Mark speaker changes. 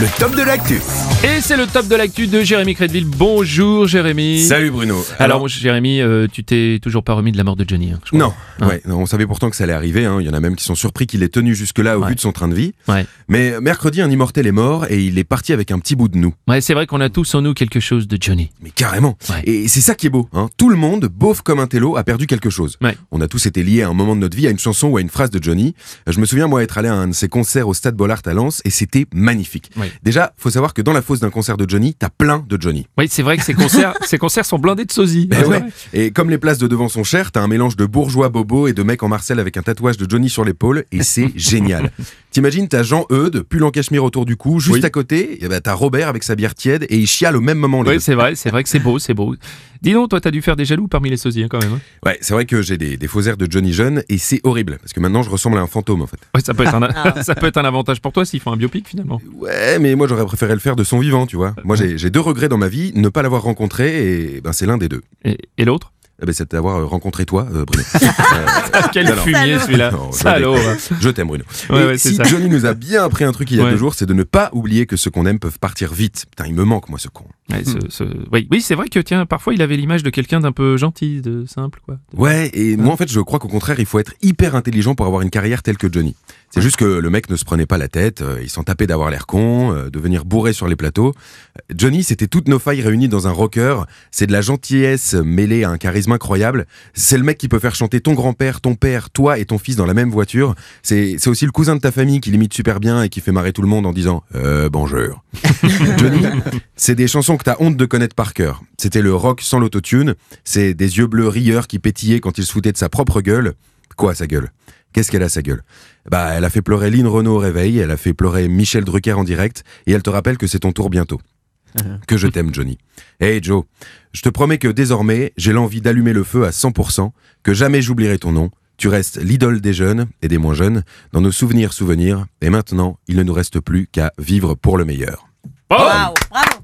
Speaker 1: le top de l'actu.
Speaker 2: Et c'est le top de l'actu de Jérémy Crédville. Bonjour Jérémy.
Speaker 3: Salut Bruno.
Speaker 2: Alors, mon Jérémy, euh, tu t'es toujours pas remis de la mort de Johnny. hein, je crois.
Speaker 3: non, ouais, non, on savait pourtant que ça allait arriver. hein. Il y en a même qui sont surpris qu'il ait tenu jusque-là au
Speaker 2: Ouais.
Speaker 3: vu de son train de vie.
Speaker 2: Ouais.
Speaker 3: Mais mercredi, un immortel est mort et il est parti avec un petit bout de nous.
Speaker 2: Ouais, c'est vrai qu'on a tous en nous quelque chose de Johnny.
Speaker 3: Mais carrément.
Speaker 2: Ouais.
Speaker 3: Et c'est ça qui est beau. hein. Tout le monde, beauf comme un télo, a perdu quelque chose.
Speaker 2: Ouais.
Speaker 3: On a tous été liés à un moment de notre vie, à une chanson ou à une phrase de Johnny. Je me souviens, moi, être allé à un de ses concerts au Stade Bollard à Lens et c'était magnifique.
Speaker 2: Ouais.
Speaker 3: Déjà, faut savoir que dans la fosse d'un concert de Johnny, t'as plein de Johnny.
Speaker 2: Oui, c'est vrai que ces concerts, ces concerts sont blindés de sosie.
Speaker 3: Ben ouais. Et comme les places de devant sont chères, t'as un mélange de bourgeois bobo et de mec en Marcel avec un tatouage de Johnny sur l'épaule, et c'est génial. T'imagines, t'as Jean Eudes, pull en cachemire autour du cou, juste à côté, et ben t'as Robert avec sa bière tiède, et ils chialent au même moment. les
Speaker 2: Oui,
Speaker 3: deux.
Speaker 2: c'est vrai, c'est vrai que c'est beau, c'est beau. Dis donc, toi, t'as dû faire des jaloux parmi les sosies hein, quand même. hein.
Speaker 3: Ouais, c'est vrai que j'ai des, des faux airs de Johnny jeune, et c'est horrible, parce que maintenant je ressemble à un fantôme en fait.
Speaker 2: Ouais, ça peut être un, ça peut être un avantage pour toi s'ils font un biopic finalement.
Speaker 3: Ouais, mais moi j'aurais préféré le faire de son vivant, tu vois. Moi j'ai j'ai deux regrets dans ma vie, ne pas l'avoir rencontré, et ben c'est l'un des deux.
Speaker 2: Et, et l'autre Ah,
Speaker 3: Eh ben, c'est d'avoir rencontré toi, euh, Bruno.
Speaker 2: Quel
Speaker 3: Ah, Alors.
Speaker 2: fumier celui-là.
Speaker 3: Non, je
Speaker 2: Salaud.
Speaker 3: déconne.
Speaker 2: hein.
Speaker 3: Je t'aime, Bruno.
Speaker 2: Ouais,
Speaker 3: Et
Speaker 2: ouais, c'est
Speaker 3: si
Speaker 2: ça.
Speaker 3: Johnny nous a bien appris un truc il y a
Speaker 2: Ouais.
Speaker 3: deux jours, c'est de ne pas oublier que ceux qu'on aime peuvent partir vite. Putain, il me manque, moi, ce con.
Speaker 2: Ouais, ce- ce- Oui, oui c'est vrai que tiens, parfois il avait l'image de quelqu'un d'un peu gentil, de simple quoi.
Speaker 3: Ouais, et moi, en fait, je crois qu'au contraire, il faut être hyper intelligent pour avoir une carrière telle que Johnny. C'est juste que le mec ne se prenait pas la tête, euh, il s'en tapait d'avoir l'air con, euh, de venir bourré sur les plateaux. Euh, Johnny, c'était toutes nos failles réunies dans un rocker. C'est de la gentillesse mêlée à un charisme incroyable. C'est le mec qui peut faire chanter ton grand-père, ton père, toi et ton fils dans la même voiture. C'est c'est aussi le cousin de ta famille qui l'imite super bien et qui fait marrer tout le monde en disant euh, bonjour. Johnny, c'est des chansons que t'as honte de connaître par cœur. C'était le rock sans l'autotune. C'est des yeux bleus rieurs qui pétillaient quand il se foutait de sa propre gueule. Quoi, sa gueule Qu'est-ce qu'elle a, sa gueule Bah, elle a fait pleurer Lynn Renault au réveil, elle a fait pleurer Michel Drucker en direct, et elle te rappelle que c'est ton tour bientôt. Que je t'aime, Johnny. Hey, Joe, je te promets que désormais, j'ai l'envie d'allumer le feu à 100%, que jamais j'oublierai ton nom. Tu restes l'idole des jeunes et des moins jeunes, dans nos souvenirs, souvenirs, et maintenant, il ne nous reste plus qu'à vivre pour le meilleur.
Speaker 2: Oh
Speaker 4: Waouh, bravo.